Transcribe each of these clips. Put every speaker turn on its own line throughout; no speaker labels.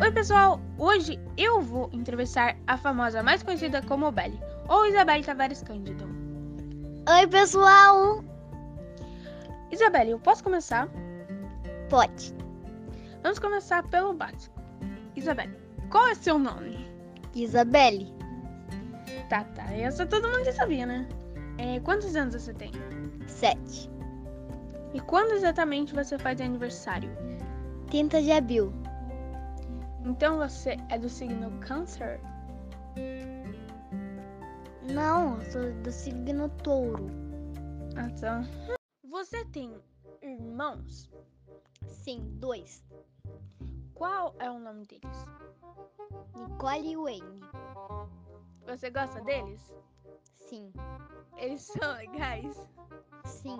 Oi, pessoal! Hoje eu vou entrevistar a famosa mais conhecida como Belle, ou Isabelle Tavares Cândido.
Oi, pessoal!
Isabelle, eu posso começar?
Pode.
Vamos começar pelo básico. Isabelle, qual é seu nome?
Isabelle,
Tá, tá, essa todo mundo já sabia, né? É, quantos anos você tem?
7.
E quando exatamente você faz aniversário?
30 de abril.
Então você é do signo Câncer?
Não, eu sou do signo touro.
Ah, tá. Você tem irmãos?
Sim, dois.
Qual é o nome deles?
Nicole e Wayne.
Você gosta deles?
Sim,
Eles são legais?
sim,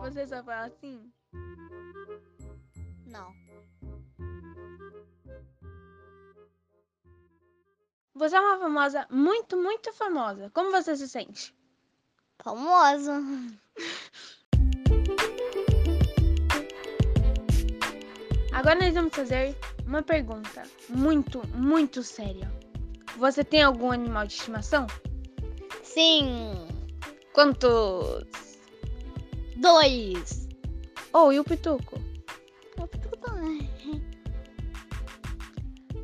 Você só fala assim?
não.
Você é uma famosa, muito, muito famosa. Como você se sente?
Famosa.
Agora nós vamos fazer uma pergunta muito, muito séria. Você tem algum animal de estimação?
Sim,
Quantos?
dois.
Oh, e o pituco?
Eu fico também.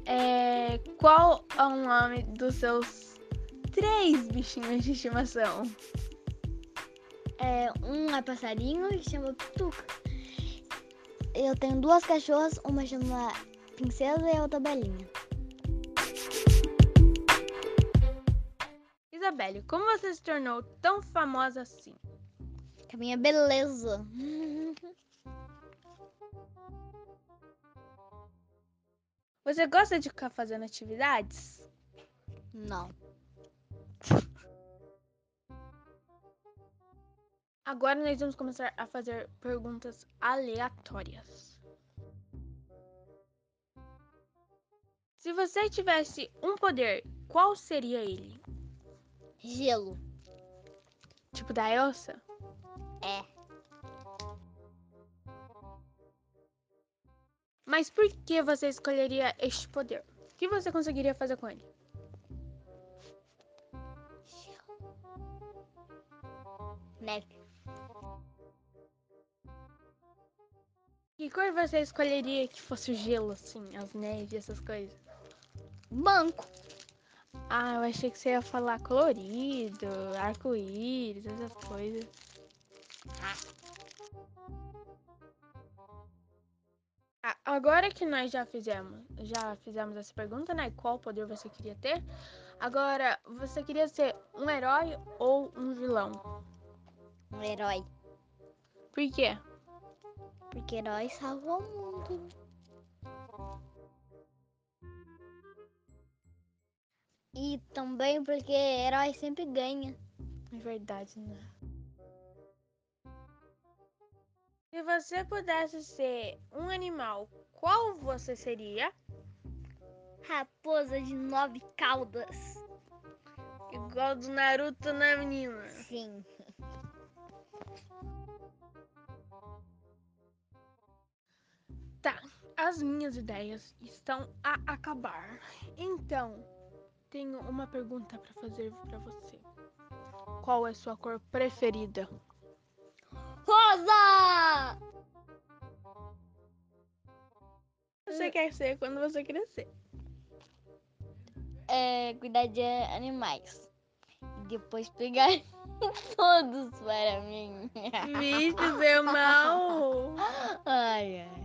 É... Qual é o nome dos seus três bichinhos de estimação?
É, um é passarinho que chama Pituca. Eu tenho duas cachorras, uma chama Princesa e a outra Belinha.
Isabelle, como você se tornou tão famosa assim?
Que a minha beleza.
Você gosta de ficar fazendo atividades?
Não.
Agora nós vamos começar a fazer perguntas aleatórias. Se você tivesse um poder, qual seria ele?
Gelo.
Tipo da Elsa?
É.
Mas por que você escolheria este poder? O que você conseguiria fazer com ele?
Neve.
Que cor você escolheria que fosse o gelo, assim, as neves, essas coisas?
Banco.
Ah, eu achei que você ia falar colorido, arco-íris, essas coisas. Ah, Agora que nós já fizemos, já fizemos essa pergunta, né? Qual poder você queria ter? Agora, você queria ser um herói ou um vilão?
Um herói.
Por quê?
Porque herói salva o mundo. E também porque herói sempre ganha.
É verdade, né? Se você pudesse ser um animal, qual você seria?
Raposa de nove caudas.
Igual do Naruto na menina.
Sim.
Tá, as minhas ideias estão a acabar. Então, tenho uma pergunta pra fazer pra você. Qual é sua cor preferida?
Rosa!
Você quer ser quando você crescer?
É, cuidar de animais. E depois pegar todos para mim.
Vixe, seu mal!
Ai, ai.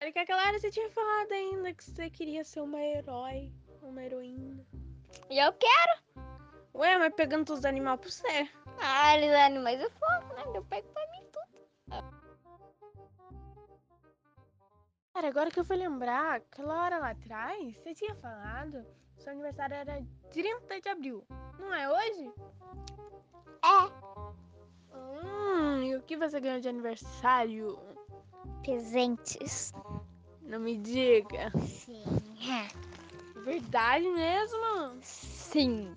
Era que aquela hora você tinha falado ainda que você queria ser uma herói, uma heroína.
E eu quero.
Ué, mas pegando todos os animais pro você.
Ah, eles animais é fogo, né? Eu pego pra mim tudo.
Cara, agora que eu fui lembrar, aquela hora lá atrás, você tinha falado que seu aniversário era 30 de abril. Não é hoje?
É.
Hum, e o que você ganhou de aniversário?
Presentes.
Não me diga.
Sim.
Verdade mesmo?
Sim.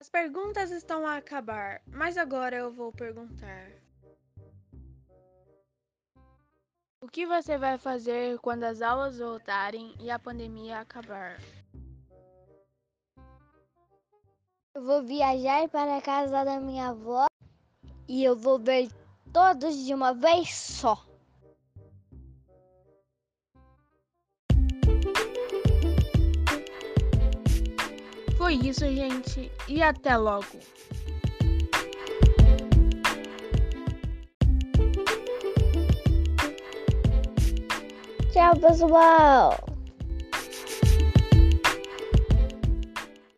As perguntas estão a acabar, mas agora eu vou perguntar. O que você vai fazer quando as aulas voltarem e a pandemia acabar?
Eu vou viajar para a casa da minha avó e eu vou ver todos de uma vez só.
Foi isso, gente, e até logo!
Tchau, pessoal!